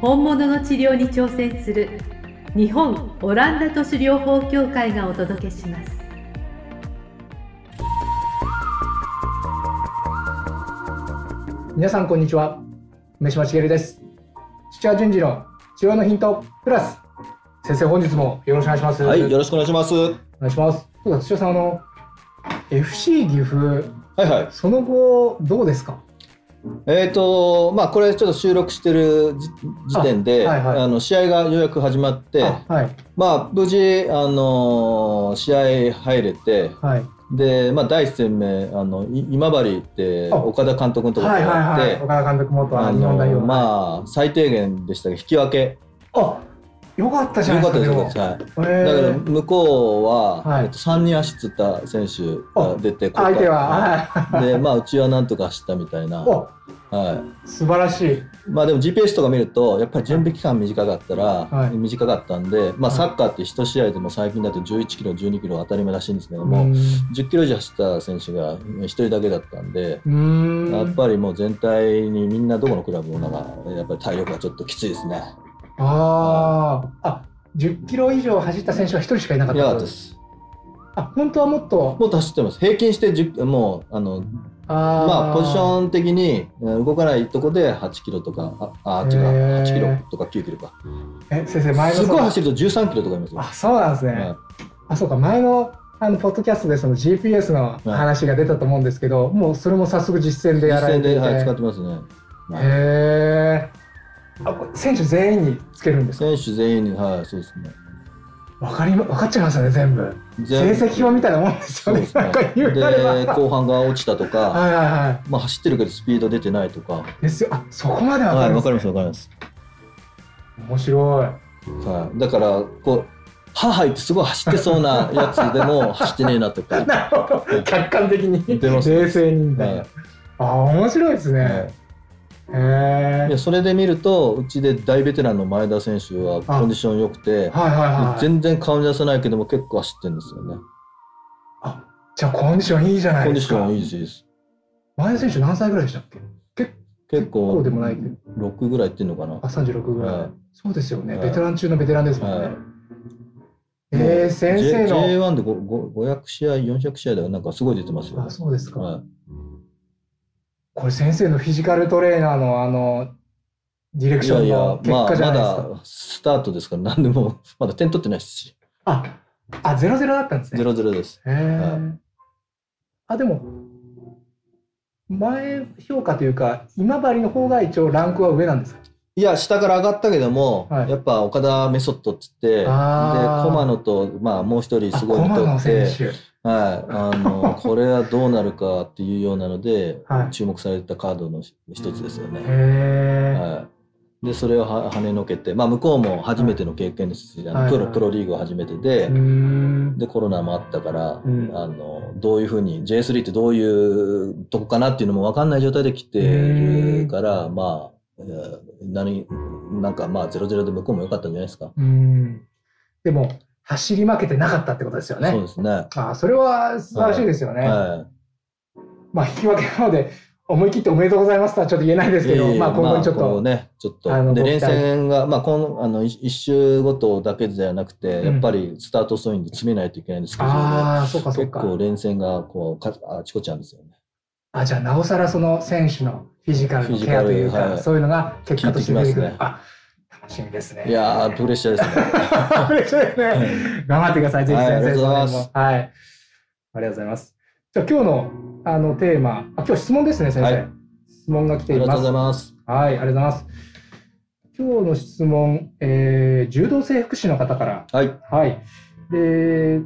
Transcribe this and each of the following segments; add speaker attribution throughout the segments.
Speaker 1: 本物の治療に挑戦する日本オランダ都市療法協会がお届けします
Speaker 2: 皆さんこんにちは梅島茂です土屋順次の治療のヒントプラス先生本日もよろしくお願いします
Speaker 3: はい、よ
Speaker 2: お
Speaker 3: ろしくお願いします。は
Speaker 2: 願いしますそうだ土屋さんあの FC 岐阜
Speaker 3: いはい。
Speaker 2: その後どうですか
Speaker 3: えっ、と、まあ、これちょっと収録してるじ時点で、
Speaker 2: あ
Speaker 3: あ,、
Speaker 2: はいはい
Speaker 3: の試合がようやく始まって、
Speaker 2: あはい
Speaker 3: まあ、無事、あのー試合入れて、
Speaker 2: はい
Speaker 3: で、まあ、第一戦目、あの、い今治って、
Speaker 2: あ
Speaker 3: 岡田監督のところ
Speaker 2: はい
Speaker 3: にあっ
Speaker 2: はいはい
Speaker 3: て、
Speaker 2: 岡田監督元あ
Speaker 3: あ
Speaker 2: の日本代
Speaker 3: の
Speaker 2: 表あ
Speaker 3: まあ、最低限でしたが、引き分け。
Speaker 2: あよかったじゃな
Speaker 3: よ
Speaker 2: い
Speaker 3: かったです、よか
Speaker 2: で
Speaker 3: ったですす
Speaker 2: か
Speaker 3: はい。
Speaker 2: でも
Speaker 3: だけど、
Speaker 2: え
Speaker 3: 向こうは、
Speaker 2: はい
Speaker 3: えっと、3人足つった選手が出て、
Speaker 2: ー相手は
Speaker 3: 今回で、まあ、うちはなんとかしたみたいな。 は。
Speaker 2: はいいお素晴らしい
Speaker 3: まあでも GPS とか見るとやっぱり準備期間短かったら、
Speaker 2: はい
Speaker 3: 短かったんで、まあ、
Speaker 2: はい
Speaker 3: サッカーって一試合でも最近だと11キロ12キロ当たり前らしいんですけども、
Speaker 2: う
Speaker 3: 10キロ以上走った選手が1人だけだったんで、
Speaker 2: ーん
Speaker 3: やっぱりもう全体にみんなどこのクラブもなんかやっぱり体力がちょっときついですね。
Speaker 2: あああ10キロ以上走った選手は一人しかいなかっ
Speaker 3: い
Speaker 2: た
Speaker 3: やかったです。
Speaker 2: あ本当はもっと
Speaker 3: もっと走ってます。平均して10もうあの
Speaker 2: あー
Speaker 3: まあポジション的にえー動かないとこで8キロとかああ違う
Speaker 2: へー
Speaker 3: 8キロとか9キロか。
Speaker 2: え先生前の
Speaker 3: すごい
Speaker 2: る
Speaker 3: 走ると13キロとかいますよ。
Speaker 2: あそうなんですね、
Speaker 3: はい
Speaker 2: あそうか前のあのポッドキャストでその GPS の話が出たと思うんですけど、もうそれも早速実践でやら
Speaker 3: 実
Speaker 2: れ
Speaker 3: 践
Speaker 2: ていて
Speaker 3: で、はい、使ってますね。
Speaker 2: へえあこれ選手全員につけるんですか
Speaker 3: 選手全員に、はい、そうですね。
Speaker 2: わかりまわかっちゃいますよね全部成績表みたいなもんです
Speaker 3: そ
Speaker 2: よ
Speaker 3: う
Speaker 2: ね
Speaker 3: です
Speaker 2: なんか言
Speaker 3: ね。
Speaker 2: うなれば
Speaker 3: で、後半が落ちたとか、
Speaker 2: はいはいは
Speaker 3: まあ走ってるけどスピード出てないとか、
Speaker 2: いですよあそこまでわか
Speaker 3: はい、
Speaker 2: るんで
Speaker 3: わ
Speaker 2: すね
Speaker 3: かります、わかります。
Speaker 2: 面白い
Speaker 3: はい、だから、こう、母ってすごい走ってそうなやつで も走ってねえなとか。
Speaker 2: なるほど 客観的に
Speaker 3: 出ます
Speaker 2: 冷静にみたいな、
Speaker 3: は
Speaker 2: ああ面白いですね、
Speaker 3: い
Speaker 2: へ
Speaker 3: い
Speaker 2: え
Speaker 3: やそれで見ると、うちで大ベテランの前田選手はコンディション良くて、
Speaker 2: はいはいはい
Speaker 3: 全然顔に出せないけども結構走ってるんですよね。
Speaker 2: あじゃあコンディションいいじゃな
Speaker 3: コ
Speaker 2: い
Speaker 3: ン
Speaker 2: で
Speaker 3: ディ
Speaker 2: す
Speaker 3: シ
Speaker 2: か
Speaker 3: ョンいいですいいです。
Speaker 2: 前田選手何歳ぐらいでしたっけ
Speaker 3: 結
Speaker 2: そう
Speaker 3: 構
Speaker 2: でもないけど
Speaker 3: 6ぐらいいってんのかな
Speaker 2: あ。36ぐらい、
Speaker 3: はい
Speaker 2: そうですよね、
Speaker 3: はい
Speaker 2: ベテラン中のベテランですもんね、
Speaker 3: はい
Speaker 2: えー、先生
Speaker 3: J-
Speaker 2: の
Speaker 3: J1 でごご500試合、400試合ではなんかすごい出てますよ。
Speaker 2: あそうですか、
Speaker 3: は
Speaker 2: これ先生のフィジカルトレーナーのあのディレク
Speaker 3: い、い
Speaker 2: ショ
Speaker 3: や
Speaker 2: ン
Speaker 3: いや、
Speaker 2: の結
Speaker 3: まあ、
Speaker 2: 果
Speaker 3: ま
Speaker 2: じゃないですか、
Speaker 3: だスタートですから、なんでも、 まだ点取ってないですし、
Speaker 2: ああゼロゼロだったんですね
Speaker 3: 0 0です。
Speaker 2: へえ、
Speaker 3: は
Speaker 2: あでも前評価というか今治の方が一応ランクは上なんですか
Speaker 3: いや、下から上がったけども、
Speaker 2: はい
Speaker 3: やっぱ岡田メソッドって言って、で、
Speaker 2: あー
Speaker 3: 駒野と、まあ、もう一人
Speaker 2: あ
Speaker 3: すごい
Speaker 2: 駒
Speaker 3: 人
Speaker 2: 野
Speaker 3: っ
Speaker 2: 選
Speaker 3: て、
Speaker 2: 手
Speaker 3: はい、あ の、これはどうなるかっていうようなので、
Speaker 2: はい
Speaker 3: 注目されたカードの一つですよね。
Speaker 2: へえ
Speaker 3: はい、でそれをは跳ねのけて、まあ、向こうも初めての経験ですし、あの
Speaker 2: はい
Speaker 3: プロ
Speaker 2: はい
Speaker 3: プロリーグは初めてで,、
Speaker 2: うーん
Speaker 3: でコロナもあったから、
Speaker 2: うん
Speaker 3: あのどういうふうに J3 ってどういうとこかなっていうのも分かんない状態で来てるから、まあ、えー何なんかまあ0-0で向こうも良かったんじゃないですか。
Speaker 2: うんでも走り負けてなかったってことですよね
Speaker 3: そうですね、は
Speaker 2: あそれは素晴らしいですよね、
Speaker 3: い
Speaker 2: まあ引き分けなので思い切っておめでとうございますとはちょっと言えないですけど、
Speaker 3: いえいえ
Speaker 2: まあ、今後にちょっ
Speaker 3: まあ今
Speaker 2: と、
Speaker 3: 後ね、ちょっ
Speaker 2: あ
Speaker 3: と
Speaker 2: の
Speaker 3: で
Speaker 2: ご期
Speaker 3: 連
Speaker 2: 待
Speaker 3: 戦が、まあ、このあの一一周ごとだけじゃなくて、
Speaker 2: うん
Speaker 3: やっぱりスタート遅いんで詰めないといけないんですけど、
Speaker 2: ああそうかそう
Speaker 3: 結
Speaker 2: か
Speaker 3: 構連戦がこうかあちこちあるんですよね。
Speaker 2: あじゃあなおさらその選手のフィジカルのケアというか、
Speaker 3: フィジカルはい
Speaker 2: そういうのが結果として出てくる、
Speaker 3: 効いてき
Speaker 2: あ楽しみですね
Speaker 3: いやー、プレッシャーです ね。
Speaker 2: 嬉しいですね、頑張ってくださいぜひ
Speaker 3: はい
Speaker 2: 先生
Speaker 3: ありがとうございます
Speaker 2: その辺もはいありがとうございますじゃあ今日のあのテーマあ今日質問ですね先生、
Speaker 3: はい
Speaker 2: 質問が来
Speaker 3: あ
Speaker 2: て
Speaker 3: り
Speaker 2: い
Speaker 3: が
Speaker 2: ま
Speaker 3: とうご
Speaker 2: す
Speaker 3: ざいます。
Speaker 2: はいありがとうございます今日の質問、えー柔道整復師の方から
Speaker 3: はい。
Speaker 2: はい。で、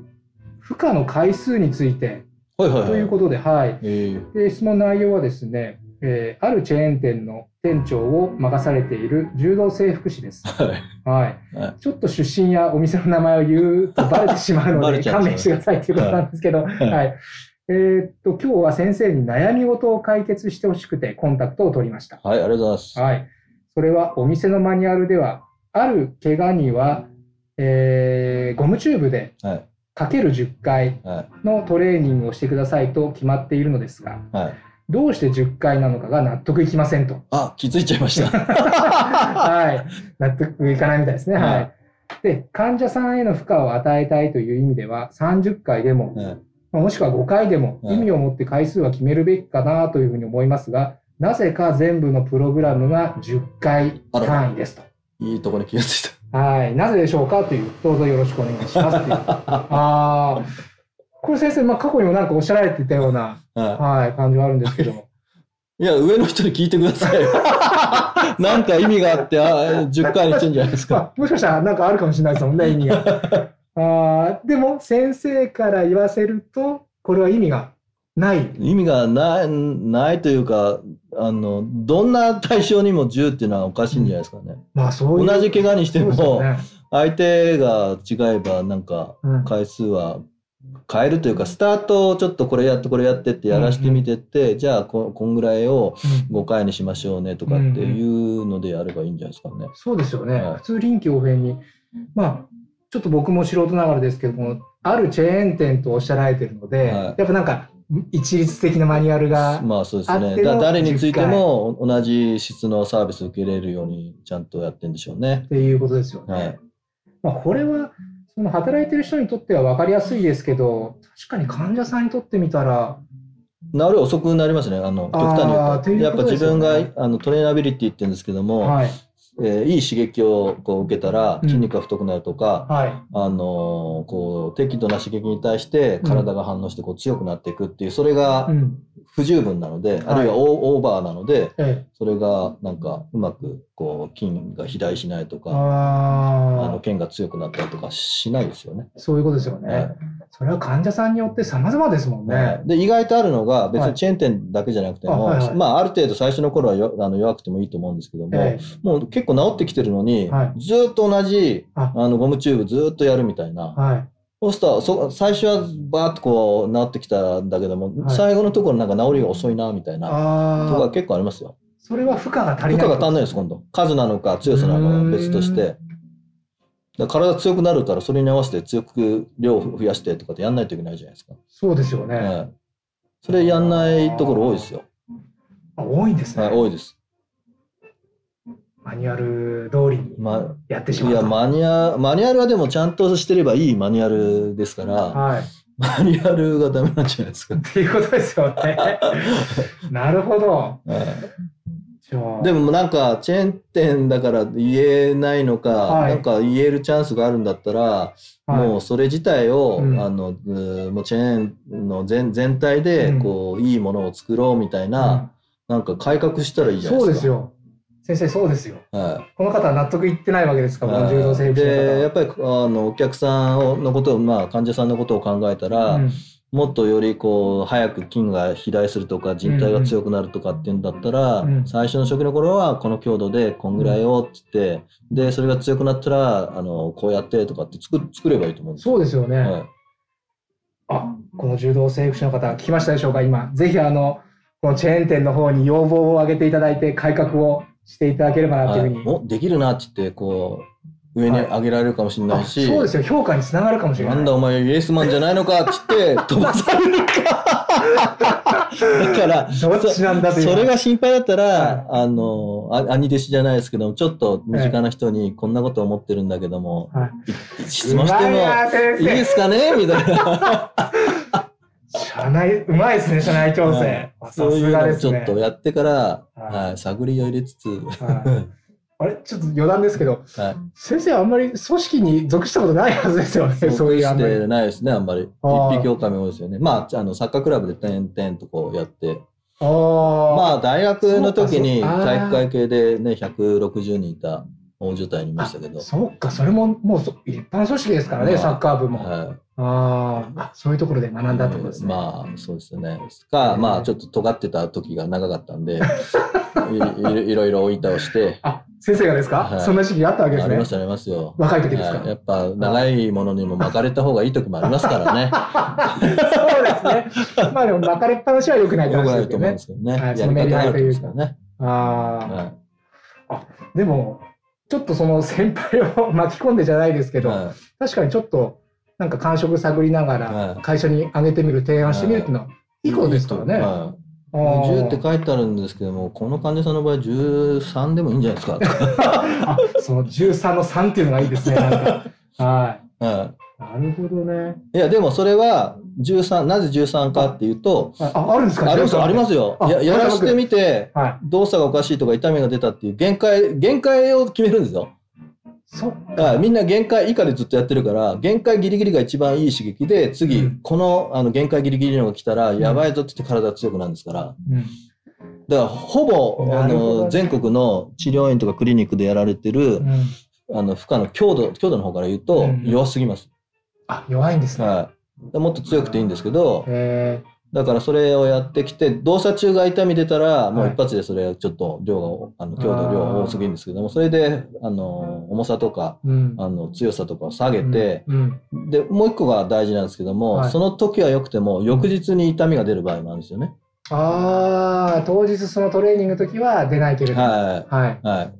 Speaker 2: 負荷の回数について
Speaker 3: はいはいはい。
Speaker 2: ということで、はい。
Speaker 3: えー
Speaker 2: で質問内容はですね、えーあるチェーン店の店長を任されている柔道整復師です。
Speaker 3: はい
Speaker 2: はい、
Speaker 3: は
Speaker 2: ちょっと出身やお店の名前を言うとバレてしまう
Speaker 3: バ
Speaker 2: の
Speaker 3: レ
Speaker 2: で
Speaker 3: ちゃう
Speaker 2: 勘弁してくださいということなんですけど、はい
Speaker 3: い
Speaker 2: えーっと今日は先生に悩み事を解決してほしくてコンタクトを取りました。
Speaker 3: はい、ありがとうございます。
Speaker 2: はい、それはお店のマニュアルではある怪我には、えーゴムチューブで
Speaker 3: はい、
Speaker 2: かける10回
Speaker 3: はい、
Speaker 2: のトレーニングをしてくださいと決まっているのですが
Speaker 3: はい。
Speaker 2: どうして10回なのかが納得いきませんと。
Speaker 3: あ、気づいちゃいました。
Speaker 2: はい、納得いかないみたいですね。は
Speaker 3: はい
Speaker 2: い。で、患者さんへの負荷を与えたいという意味では、30回でも、
Speaker 3: はい
Speaker 2: まあもしくは5回でも、
Speaker 3: はい
Speaker 2: 意味を持って回数は決めるべきかなというふうに思いますが、なぜか全部のプログラムが10回単位ですと。
Speaker 3: いいところに気がつい
Speaker 2: はい。なぜでしょうかという、どうぞよろしくお願いしますという。ああー。これ先生、まあ、過去にもなんかおっしゃられてたような、
Speaker 3: た。は
Speaker 2: はい、感じはあるんですけども。
Speaker 3: い。いや、上の人に聞いてくださいよ。なんか意味があって、あ10回にしてんじゃないですか。
Speaker 2: まあ、もしかしたらなんかあるかもしれないですもん ね、意味が。あーでも、先生から言わせると、これは意味がない。
Speaker 3: 意味がない、ないというか、あの、どんな対象にも10っていうのはおかしいんじゃないですかね。
Speaker 2: まあ、そういう。
Speaker 3: 同じ怪我にして
Speaker 2: そう
Speaker 3: も、
Speaker 2: です
Speaker 3: 相手が違えば、なんか、
Speaker 2: よねうん
Speaker 3: 回数は変えるというか、スタートをちょっとこれやって、これやってってやらしてみてって、じゃあこ、こんぐらいを
Speaker 2: うん
Speaker 3: 5回にしましょうねとかっていうのでやればいいんじゃないですかね。
Speaker 2: そうですよね。
Speaker 3: はい
Speaker 2: 普通、臨機応変に。まあ、ちょっと僕も素人ながらですけども、あるチェーン店とおっしゃられてるので、
Speaker 3: はい
Speaker 2: やっぱなんか、一律的なマニュアルが、
Speaker 3: まあそうで
Speaker 2: あ
Speaker 3: す
Speaker 2: っ
Speaker 3: ね。
Speaker 2: ての
Speaker 3: だ誰についても同じ質のサービスを受けれるようにちゃんとやってんでしょうね
Speaker 2: っ。ていうことですよね。
Speaker 3: はい。
Speaker 2: まあ、これは、その働いてる人にとっては分かりやすいですけど、確かに患者さんにとってみたら、
Speaker 3: なる遅くなりますね。あの、極端に
Speaker 2: あー
Speaker 3: 言う
Speaker 2: と
Speaker 3: と。
Speaker 2: いう
Speaker 3: やっ
Speaker 2: こ
Speaker 3: ぱ
Speaker 2: とで
Speaker 3: 自
Speaker 2: すよ
Speaker 3: 分
Speaker 2: ね
Speaker 3: があのトレーナビリティって言うんですけども、
Speaker 2: はい。
Speaker 3: いえーいい刺激をこう受けたら
Speaker 2: うん
Speaker 3: 筋肉が太くなるとか、
Speaker 2: はい。
Speaker 3: あのーこう適度な刺激に対して体が反応してこう強くなっていくっていう、それが
Speaker 2: ん。
Speaker 3: 不十分なので、あるいはオーオーバーなので、
Speaker 2: ええ。
Speaker 3: それがなんかうまくこう筋が肥大しないとか、あ
Speaker 2: あ
Speaker 3: の
Speaker 2: あ、
Speaker 3: 腱が強くなったりとかしないですよね。
Speaker 2: そういうことですよね。
Speaker 3: はい
Speaker 2: それは患者さんによって様々ですもんね。
Speaker 3: はいで意外とあるのが別
Speaker 2: はい
Speaker 3: にチェーン店だけじゃなくても、
Speaker 2: あはいはい
Speaker 3: まあ、ある程度最初の頃はよあの弱くてもいいと思うんですけども、
Speaker 2: ええ
Speaker 3: もう結構治ってきてるのに、
Speaker 2: は
Speaker 3: ずーっと同じ
Speaker 2: あ
Speaker 3: あのゴムチューブずーっとやるみたいな、
Speaker 2: はい。
Speaker 3: そうするとそ最初はバーッとこう治ってきたんだけども、
Speaker 2: はい
Speaker 3: 最後のところなんか治りが遅いなみたいな。と
Speaker 2: あ
Speaker 3: か
Speaker 2: あ、
Speaker 3: 結構ありますよ。
Speaker 2: それは負荷が足
Speaker 3: 負
Speaker 2: り
Speaker 3: 荷
Speaker 2: ない。
Speaker 3: が足んないです、今度。数なのか強さなのかは別とし
Speaker 2: うー
Speaker 3: て。だから体強くなるから、それに合わせて強く量を増やしてとかってやんないといけないじゃないですか。
Speaker 2: そうですよね。
Speaker 3: はい、それやんないところ多いですよ。
Speaker 2: あ多いんですね、
Speaker 3: はい、多いです。
Speaker 2: マニュアル通りに
Speaker 3: ま、
Speaker 2: やってしま
Speaker 3: いう
Speaker 2: と。
Speaker 3: やマニュア、マニュアルはでもちゃんとしてればいいマニュアルですから、
Speaker 2: はい。
Speaker 3: マニュアルがダメなんじゃないですか。
Speaker 2: っていうことですよ ね。なるほど。
Speaker 3: はい
Speaker 2: じゃあ
Speaker 3: でもなんかチェーン店だから言えないのか、
Speaker 2: はい
Speaker 3: なんか言えるチャンスがあるんだったら、
Speaker 2: はい
Speaker 3: もうそれ自体を、
Speaker 2: うん
Speaker 3: あのうーもうチェーンの全全体で
Speaker 2: うん
Speaker 3: こう、いいものを作ろうみたいな、なんか改革したらいいじゃない
Speaker 2: そ
Speaker 3: です
Speaker 2: うで
Speaker 3: か。
Speaker 2: すよ。先生、そうですよ。
Speaker 3: はい
Speaker 2: この方は納得いってないわけですから、この柔道整復師の
Speaker 3: でや
Speaker 2: 方
Speaker 3: っぱりあのお客さんのことを、まあ、患者さんのことを考えたら、
Speaker 2: は。うん
Speaker 3: もっとよりこう早く筋が肥大するとか人体が強くなるとかっていうんだったら、
Speaker 2: うん
Speaker 3: 最初の初期の頃はこの強度でこんぐらいをって言ってでそれが強くなったらあのこうやってとかって作作ればいいと思うんです
Speaker 2: そうですよね。
Speaker 3: はい
Speaker 2: あこの柔道整復師の方聞きましたでしょうか今ぜひあのこのチェーン店の方に要望を上げていただいて改革をしていただければなというふうに、
Speaker 3: はいおできるなって言ってこう上に
Speaker 2: はい
Speaker 3: 上げられるかもしれない
Speaker 2: あ
Speaker 3: し、
Speaker 2: そうですよ評価につながるかもしれな
Speaker 3: ないんだお前イエスマンじゃないのかって言って飛ばされるか だから
Speaker 2: どっちなんだという
Speaker 3: それが心配だったら、
Speaker 2: は
Speaker 3: あの、あ兄弟子じゃないですけども、ちょっと身近な人にこんなこと思ってるんだけども、
Speaker 2: はい
Speaker 3: 質問して
Speaker 2: うまい
Speaker 3: も
Speaker 2: な先
Speaker 3: いいで
Speaker 2: 生
Speaker 3: すかねみたいな。
Speaker 2: 社内うまいですね社内調整あ
Speaker 3: そ
Speaker 2: さ
Speaker 3: うい
Speaker 2: す
Speaker 3: う
Speaker 2: が
Speaker 3: の
Speaker 2: で
Speaker 3: をち
Speaker 2: す
Speaker 3: ょっ
Speaker 2: ね
Speaker 3: とやってから、
Speaker 2: はい
Speaker 3: はい、探りを入れつつ、
Speaker 2: はいあれちょっと余談ですけど
Speaker 3: はい。
Speaker 2: 先生はあんまり組織に属したことないはずですよ ねそういうあ
Speaker 3: し
Speaker 2: んまり
Speaker 3: てないですね、あんまり。
Speaker 2: あー
Speaker 3: 一匹狼多いですよね。まあ、あの、サッカークラブで点々とこうやって、
Speaker 2: あー、
Speaker 3: まあ、大学の時に
Speaker 2: そうかそうか
Speaker 3: 体育会系でね、160人いた大所帯にいましたけど。
Speaker 2: そうか、それももうそ立派な組織ですからね、
Speaker 3: まあ
Speaker 2: サッカー部も。
Speaker 3: はい
Speaker 2: あーあ、そういうところで学んだってことですね。
Speaker 3: まあ、そうですね。か、まあ、ちょっと尖ってた時が長かった んで、いいいろいろ追い倒して、
Speaker 2: あ、先生がですか、
Speaker 3: はい
Speaker 2: そんな時期があったわけで
Speaker 3: あ
Speaker 2: す
Speaker 3: り
Speaker 2: ね
Speaker 3: ま。すありますよ。
Speaker 2: 若い時ですか、
Speaker 3: はいやっぱ長いものにも巻かれた方がいい時もありますからね。
Speaker 2: そうですね。まあでも、巻かれっぱなしは良くないって
Speaker 3: よく
Speaker 2: 話
Speaker 3: あ
Speaker 2: で
Speaker 3: る
Speaker 2: す
Speaker 3: と
Speaker 2: よ
Speaker 3: 思う
Speaker 2: ね
Speaker 3: んで。すけどね。
Speaker 2: はい
Speaker 3: やり方があると思うんですけどね。
Speaker 2: あ
Speaker 3: は
Speaker 2: あ、でも、ちょっとその先輩を巻き込んでじゃないですけ
Speaker 3: い
Speaker 2: ど、
Speaker 3: は
Speaker 2: 確かにちょっと、なんか感触探りながら
Speaker 3: は、い
Speaker 2: 会社に上げてみる、提案してみるっていうのは、い
Speaker 3: い
Speaker 2: いことですからね。
Speaker 3: は
Speaker 2: あ
Speaker 3: い
Speaker 2: ー
Speaker 3: 10って書いてあるんですけども、この患者さんの場合13でもいいんじゃないですかと か。
Speaker 2: あその13の3っていうのがいいですね、なん か。はい。
Speaker 3: は
Speaker 2: なるほどね。
Speaker 3: いいや、でもそれは13、なぜ13かっていうと、
Speaker 2: あ、ああるんですか。
Speaker 3: ありますよ、ありますすよ
Speaker 2: あ。
Speaker 3: ややらしてみて、
Speaker 2: はい。
Speaker 3: 動作がおかしいとか痛みが出たっていう限界、限界を決めるんですよ。
Speaker 2: そっ
Speaker 3: だからみんな限界以下でずっとやってるから、限界ギリギリが一番いい刺激で、次、
Speaker 2: うん
Speaker 3: このあの限界ギリギリのが来たら、やばいぞって言って体強くなるんですから。
Speaker 2: うん。
Speaker 3: だからほぼ、
Speaker 2: な
Speaker 3: あ
Speaker 2: るほどね
Speaker 3: の全国の治療院とかクリニックでやられてる、
Speaker 2: うん
Speaker 3: あの負荷の強度強度の方から言うと、
Speaker 2: うん
Speaker 3: 弱すぎます、
Speaker 2: あ、弱いんですね。
Speaker 3: はい、もっと強くていいんですけど
Speaker 2: え
Speaker 3: だからそれをやってきて動作中が痛み出たらもう
Speaker 2: はい
Speaker 3: 一発でそれちょっと量があの強度量が多すぎるんですけどもそれであの重さとか
Speaker 2: ー、うん。
Speaker 3: あの強さとかを下げて、
Speaker 2: うん、
Speaker 3: でもう一個が大事なんですけども、
Speaker 2: はい
Speaker 3: その時は良くても翌日に痛みが出る場合もあるんですよね。
Speaker 2: ああ、当日そのトレーニングの時は出ないけれど。は。
Speaker 3: はいい、はい、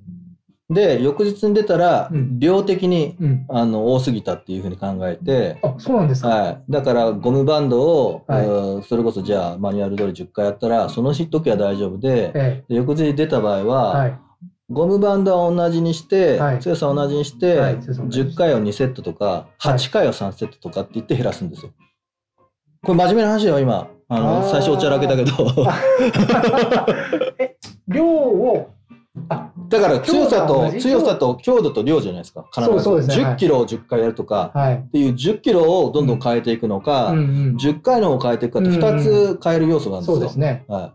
Speaker 3: で翌日に出たら、
Speaker 2: うん
Speaker 3: 量的に
Speaker 2: うん。
Speaker 3: あの多すぎたっていうふうに考えて、
Speaker 2: あ、そうなんですか。
Speaker 3: はい、だからゴムバンドを、
Speaker 2: はい
Speaker 3: うんそれこそじゃあマニュアル通り10回やったらその時は大丈夫で
Speaker 2: え
Speaker 3: で翌日に出た場合
Speaker 2: え。
Speaker 3: は、
Speaker 2: はい。
Speaker 3: ゴムバンドは同じにして、
Speaker 2: はい
Speaker 3: 強さは同じにして、
Speaker 2: はい強さ同じにして
Speaker 3: 10回を2セットとか8回を3セットとかって言って減らすんですよ。これ真面目な話だよ今あの
Speaker 2: あー
Speaker 3: 最初おちゃらけた けど
Speaker 2: 量を、あ、
Speaker 3: だから強
Speaker 2: 強度は
Speaker 3: さと
Speaker 2: 同じ
Speaker 3: 強さと強度と量じゃないですか必ず
Speaker 2: そうそうですねはい
Speaker 3: 10キロを10回やるとか、
Speaker 2: はい。
Speaker 3: っていう10キロをどんどん変えていくのか、
Speaker 2: うんうん。
Speaker 3: 10回のを変えていくかって2つ変える要素があるんですよ。
Speaker 2: そうですね。
Speaker 3: は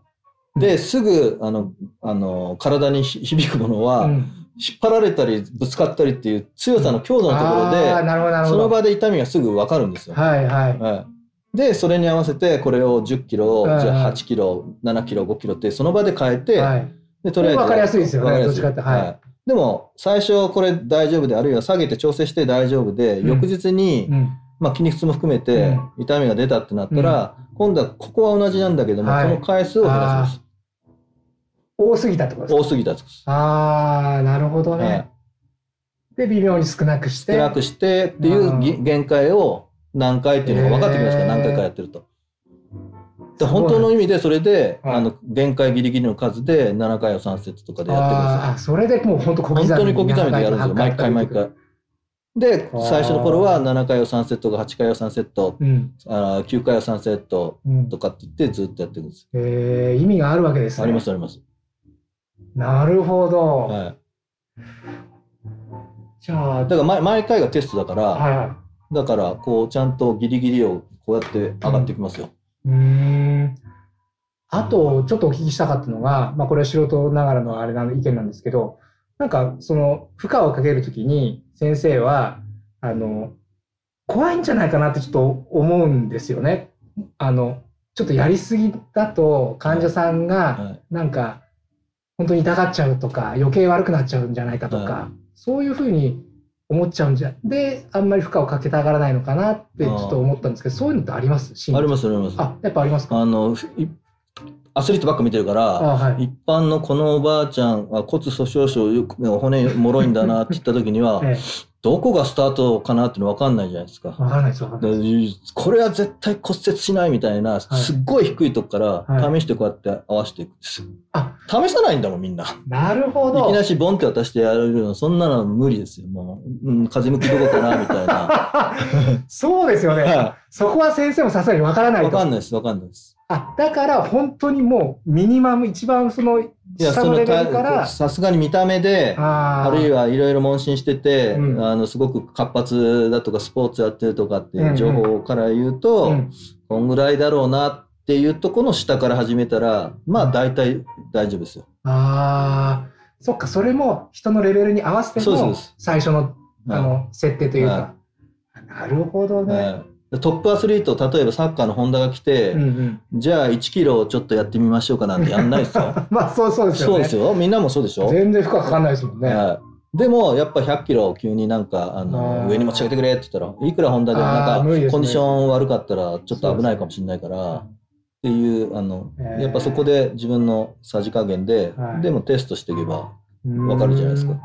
Speaker 3: い、ですぐあのあの体にひ 響くものは、
Speaker 2: うん
Speaker 3: 引っ張られたりぶつかったりっていう強さの強度のところ
Speaker 2: あー
Speaker 3: で、
Speaker 2: なるほど、なるほ
Speaker 3: そ
Speaker 2: ど。
Speaker 3: の場で痛みがすぐ分かるんですよ。
Speaker 2: はい、はい。
Speaker 3: はいでそれに合わせてこれを10キロ、
Speaker 2: うん
Speaker 3: じゃあ8キロ7キロ5キロってその場で変えて、
Speaker 2: はい。
Speaker 3: でとりあえず
Speaker 2: これ分かりやすいですよね
Speaker 3: 分かりやす
Speaker 2: どっちかってはい
Speaker 3: でも最初これ大丈夫であるいは下げて調整して大丈夫で、
Speaker 2: うん
Speaker 3: 翌日に、
Speaker 2: うん。
Speaker 3: まあ、筋肉痛も含めて痛みが出たってなったら、今度はここは同じなんだけども、
Speaker 2: はい
Speaker 3: この回数を減らすんです。
Speaker 2: 多すぎたってことです
Speaker 3: 多すぎたとか、
Speaker 2: ああ、なるほど
Speaker 3: は
Speaker 2: ね
Speaker 3: い。
Speaker 2: で、微妙に少なくして。
Speaker 3: 少なくしてっていうぎ
Speaker 2: う
Speaker 3: 限界を何回っていうのが分かってきます
Speaker 2: へ
Speaker 3: から、
Speaker 2: ー
Speaker 3: 何回かやってると。
Speaker 2: すご
Speaker 3: で
Speaker 2: い
Speaker 3: 本当の意味でそれで、
Speaker 2: はい
Speaker 3: あの限界ギリギリの数で7回を3セットとかでやってくだ
Speaker 2: あ
Speaker 3: さ
Speaker 2: あ、それでもう本当小刻み
Speaker 3: い。本当に小刻みでやるんですよ、
Speaker 2: 7回とか
Speaker 3: 毎回毎回。で
Speaker 2: あー、
Speaker 3: 最初の頃は7回を3セットが8回を3セット、
Speaker 2: うん。
Speaker 3: あー9回を3セット
Speaker 2: うん
Speaker 3: とかって言ってずっとやっていくんです。
Speaker 2: えー、意味があるわけですね。
Speaker 3: ありますあります。
Speaker 2: なるほど。
Speaker 3: はい
Speaker 2: じゃあ、
Speaker 3: だから毎毎回がテストだから、
Speaker 2: はいはい。
Speaker 3: だからこうちゃんとギリギリをこうやって上がってきますよ。
Speaker 2: うーん。あと、ちょっとお聞きしたかったのが、まあ、これは素人ながらのあれな意見なんですけど、なんか、その、負荷をかけるときに、先生は、あの、怖いんじゃないかなってちょっと思うんですよね。あの、ちょっとやりすぎだと、患者さんが、
Speaker 3: はい
Speaker 2: なんか、本当に痛がっちゃうとか、余計悪くなっちゃうんじゃないかと
Speaker 3: は
Speaker 2: か、そういうふうに思っちゃうんじゃ、で、あんまり負荷をかけたがらないのかなって、ちょっと思ったんですけど、そういうのってあります
Speaker 3: ありますあります。あ
Speaker 2: あ、やっぱありますか。
Speaker 3: のいアスリートばっか見てるから、
Speaker 2: はい。
Speaker 3: 一般のこのおばあちゃんあ骨粗鬆症よく骨もろいんだなって言った時には、
Speaker 2: え
Speaker 3: どこがスタートかなっていうの分かんないじゃないです
Speaker 2: え、わ
Speaker 3: か。
Speaker 2: からないです。わからない
Speaker 3: でこれは絶対骨折しないみたいな、
Speaker 2: い
Speaker 3: すっごい低いとこか
Speaker 2: は
Speaker 3: ら試してこうやって合わせていくんですよ。
Speaker 2: あ
Speaker 3: 試さないんだもんみんな。
Speaker 2: なるほ
Speaker 3: いきな
Speaker 2: ど。
Speaker 3: しボンって渡してやるの、そんなの無理ですよ。もう、うん、風向きどこかな、みたいな。
Speaker 2: そうですよね。
Speaker 3: は。
Speaker 2: そ こは先生もさすがにわからないい
Speaker 3: わかん
Speaker 2: と。
Speaker 3: ないです、わかんないです。
Speaker 2: あ、だから本当にもうミニマム一番その
Speaker 3: いや、
Speaker 2: 下
Speaker 3: そ
Speaker 2: の
Speaker 3: の
Speaker 2: レベルか
Speaker 3: た、
Speaker 2: ら、
Speaker 3: さすがに見た目で、あ
Speaker 2: あ
Speaker 3: るい
Speaker 2: は
Speaker 3: はいろいろ問診してて、
Speaker 2: うん
Speaker 3: あの、すごく活発だとか、スポーツやってるとかっていう情報から言うと、
Speaker 2: うん、
Speaker 3: こんぐらいだろうなっていうとこの下から始めたら、まあ大体大丈夫ですよ。
Speaker 2: ああ、そっか、それも人のレベルに合わせて
Speaker 3: そうで
Speaker 2: の
Speaker 3: す
Speaker 2: 最初のあ
Speaker 3: は
Speaker 2: の設定というか。なるほど
Speaker 3: い
Speaker 2: ね。
Speaker 3: はいでトップアスリート、例えばサッカーの本田が来て、
Speaker 2: うんうん
Speaker 3: じゃあ1キロちょっとやってみましょうかなんてやんないですよ。
Speaker 2: まあ、そう そうです
Speaker 3: そう
Speaker 2: よ
Speaker 3: で
Speaker 2: ね
Speaker 3: す。よ。みんなもそうでしょ。
Speaker 2: 全然負荷かかんないですもんね。
Speaker 3: はいでもやっぱ100キロを急になんかあ
Speaker 2: あ
Speaker 3: の
Speaker 2: ー
Speaker 3: 上に持ち上げてくれって言ったらいくら本田でもな
Speaker 2: あー
Speaker 3: んか
Speaker 2: 無理ですね
Speaker 3: コンディション悪かったらちょっと危ないかもしれないからっていうあの
Speaker 2: えー
Speaker 3: やっぱそこで自分のさじ加減で
Speaker 2: はい
Speaker 3: でもテストしていけば
Speaker 2: うん
Speaker 3: わかるじゃないですか。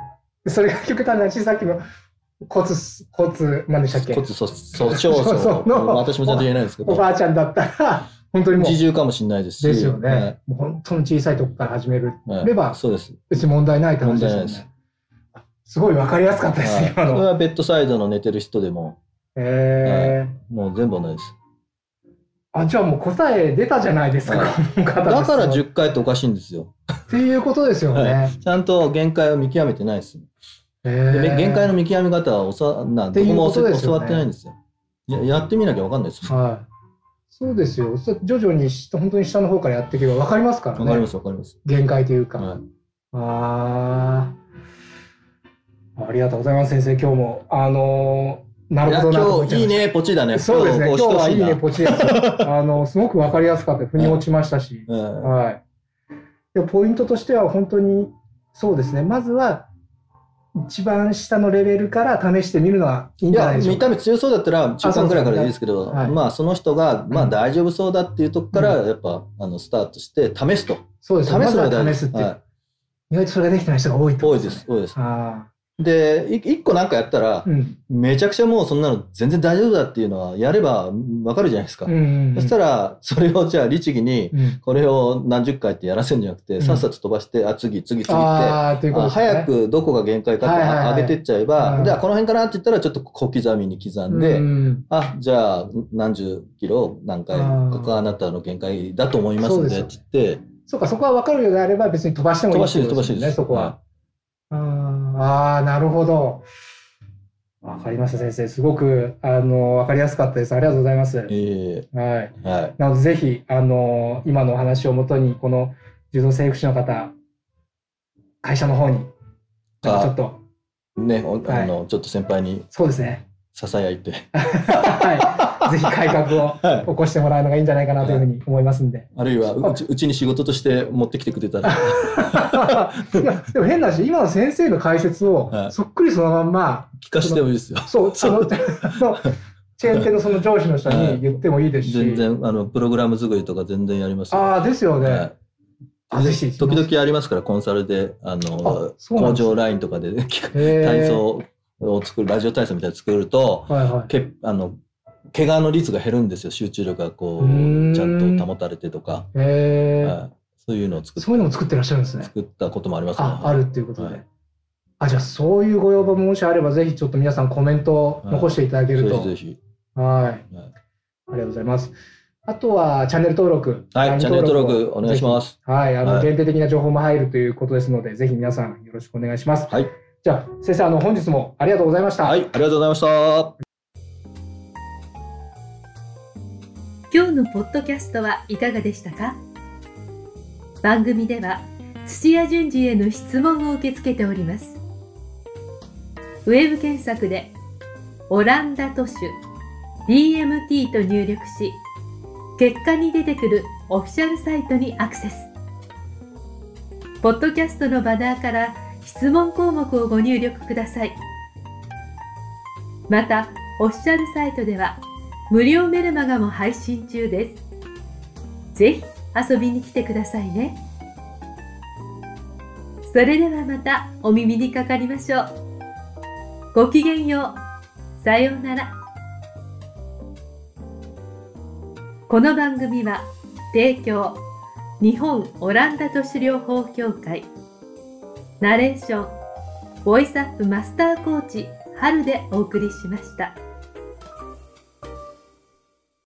Speaker 2: それが極端な話、さっきの骨す骨、なんでしたっけ
Speaker 3: 骨粗粗しょう
Speaker 2: そうそうの
Speaker 3: 私もちゃんと言えないですけ
Speaker 2: お
Speaker 3: ど
Speaker 2: ばあちゃんだったら、 本当にもう
Speaker 3: 自、重かもしれないですし
Speaker 2: ですよ
Speaker 3: はい
Speaker 2: ね。もう本当に小さいとこから始める。
Speaker 3: はい
Speaker 2: れば
Speaker 3: そうです
Speaker 2: 別に問題ないって話ですよ
Speaker 3: 問題ない
Speaker 2: ね。すごい分かりやすかったです、
Speaker 3: はい
Speaker 2: 今
Speaker 3: それ
Speaker 2: の。
Speaker 3: はベッドサイドの寝てる人でも
Speaker 2: え
Speaker 3: もう全部同じです
Speaker 2: ー、あじゃあもう答え出たじゃないですか、
Speaker 3: は
Speaker 2: この方
Speaker 3: だから
Speaker 2: っ
Speaker 3: 10回っておかしいんですよ
Speaker 2: ていうことですよね。
Speaker 3: はちゃんと限界を見極めてないです
Speaker 2: え
Speaker 3: で
Speaker 2: ー
Speaker 3: 限界の見極め方はおさな
Speaker 2: て
Speaker 3: ど
Speaker 2: いう
Speaker 3: こも
Speaker 2: ことですよね
Speaker 3: 教わってないんですよや。やってみなきゃ分かんないですよ。
Speaker 2: はい。そうですよ。そ徐々にし本当に下の方からやっていけば分かりますからね。
Speaker 3: 分かります分かります。
Speaker 2: 限界というか。
Speaker 3: は、
Speaker 2: ああ。ありがとうございます、先生。今日も。あのーない
Speaker 3: い
Speaker 2: る
Speaker 3: や
Speaker 2: ほどなと思
Speaker 3: 今
Speaker 2: っち
Speaker 3: 日
Speaker 2: ゃ
Speaker 3: い
Speaker 2: いま
Speaker 3: い
Speaker 2: した
Speaker 3: ね、ポチだね。
Speaker 2: そうですね。今日
Speaker 3: こ
Speaker 2: はいいね、
Speaker 3: 押
Speaker 2: ポチです。あの、すごく分かりやすかった。腑に落ちましたし
Speaker 3: し。としいなうん
Speaker 2: はい。でポイントとしては本当にそうですね。まずは一番下のレベルから試してみるのはいいん
Speaker 3: い
Speaker 2: じゃ
Speaker 3: や
Speaker 2: ないでしょう
Speaker 3: 見
Speaker 2: か。
Speaker 3: た目強そうだったら中間ぐらいからでいいですけど、
Speaker 2: そうそうはい
Speaker 3: まあその人が、ま
Speaker 2: う
Speaker 3: あ、
Speaker 2: ん
Speaker 3: 大丈夫そうだっていうとこから、やっぱあのスタートして試すと
Speaker 2: そうで
Speaker 3: 試
Speaker 2: す
Speaker 3: す
Speaker 2: ね。まず
Speaker 3: の
Speaker 2: は
Speaker 3: が大事
Speaker 2: 試
Speaker 3: です
Speaker 2: っていう。
Speaker 3: は
Speaker 2: 意外とそれができてない人が多いっ
Speaker 3: い、
Speaker 2: てこ
Speaker 3: 多
Speaker 2: と
Speaker 3: いですす多いです
Speaker 2: あ
Speaker 3: でい一個なんかやったら
Speaker 2: あ、、うん。
Speaker 3: めちゃくちゃもうそんなの全然大丈夫だっていうのはやれば分かるじゃないですか、
Speaker 2: うんうんうん
Speaker 3: そしたらそれをじゃあ律儀に
Speaker 2: うん
Speaker 3: これを何十回ってやらせるんじゃなくて、
Speaker 2: うん
Speaker 3: さっさと飛ばして、あ、次、次、次って、あ
Speaker 2: ああ、ということですね。
Speaker 3: 早くどこが限界かっ
Speaker 2: は
Speaker 3: て
Speaker 2: いはいはい
Speaker 3: 上げてっちゃえば、
Speaker 2: うん
Speaker 3: で、あこの辺かなって言ったら、ちょっと小刻みに刻んで、
Speaker 2: うん
Speaker 3: あ、じゃあ、何十キロ、何回
Speaker 2: うん
Speaker 3: ここがあなたの限界だと思いますんで、
Speaker 2: そう
Speaker 3: っ
Speaker 2: です
Speaker 3: て言って、
Speaker 2: そうか、そこは分かるようであれば別に飛ばしてもいい
Speaker 3: 飛ばしていいで
Speaker 2: ってこ
Speaker 3: す、飛ば
Speaker 2: と
Speaker 3: していい
Speaker 2: ね、
Speaker 3: です。
Speaker 2: そこは。あーあー、なるほど。わかりました、先生。すごく、あの、わかりやすかったです。ありがとうございます。
Speaker 3: い。え
Speaker 2: はい。
Speaker 3: えはい。
Speaker 2: なので、ぜひ、あの、今のお話をもとに、この柔道整復師の方、会社の方に、ちょっ
Speaker 3: か、
Speaker 2: と、
Speaker 3: ね、お
Speaker 2: はい
Speaker 3: あの、ちょっと先輩に
Speaker 2: そうです ね。
Speaker 3: 囁いて、
Speaker 2: はい。ぜひ改革
Speaker 3: はい
Speaker 2: を起こしてもらうのがいいんじゃないかなというふうに思いますん で。
Speaker 3: あるいは、うちうちに仕事として持ってきてくれたら、
Speaker 2: いや、でも変な話、今の先生の解説を
Speaker 3: は、い
Speaker 2: そっくりそのまんま、
Speaker 3: 聞かせてもいいですよ。
Speaker 2: そう、 その、のチェーン店のその上司の人に言ってもいいですし。
Speaker 3: 全然、あの、プログラム作りとか全然やりますよ。
Speaker 2: ああ、ですよね。
Speaker 3: はい
Speaker 2: あぜひ
Speaker 3: 時々ありますから、コンサルで、あの
Speaker 2: あ、そうなん
Speaker 3: 工
Speaker 2: です
Speaker 3: 場ラインとかで、
Speaker 2: へー
Speaker 3: 体操を作る、ラジオ体操みたいなの作ると、
Speaker 2: はいはい。
Speaker 3: けあの、怪我の率が減るんですよ。集中力がこ
Speaker 2: うーん
Speaker 3: う、ちゃんと保たれてとか、
Speaker 2: えー
Speaker 3: はいそういうのを作っ
Speaker 2: そういうのも作ってらっしゃるんですね。
Speaker 3: 作ったこともありますね
Speaker 2: あ、あるっていうことで。
Speaker 3: はい
Speaker 2: あ、じゃあそういうご要望もしあれば、ぜひちょっと皆さんコメントを残していただけ
Speaker 3: ぜ
Speaker 2: ると。
Speaker 3: ひぜひ。
Speaker 2: はい。
Speaker 3: は
Speaker 2: あ
Speaker 3: い
Speaker 2: りがとうございます。あとは、チャンネル登録。
Speaker 3: はい、チャンネル登録
Speaker 2: を
Speaker 3: お願いします。
Speaker 2: はい、あの、
Speaker 3: はい
Speaker 2: 限定的な情報も入るということですので、ぜひ皆さんよろしくお願いします。
Speaker 3: はい。
Speaker 2: じゃあ、先生、あの、本日もありがとうございました。
Speaker 3: はい、ありがとうございました。
Speaker 1: 今日のポッドキャストはいかがでしたか番組では土屋順次への質問を受け付けておりますウェブ検索で「オランダ都市 DMT」と入力し結果に出てくるオフィシャルサイトにアクセスポッドキャストのバナーから質問項目をご入力くださいまたオフィシャルサイトでは「無料メルマガも配信中です。ぜひ遊びに来てくださいね。それではまたお耳にかかりましょう。ごきげんよう。さようなら。この番組は提供日本オランダ都市療法協会ナレーションボイスアップマスターコーチ春でお送りしました。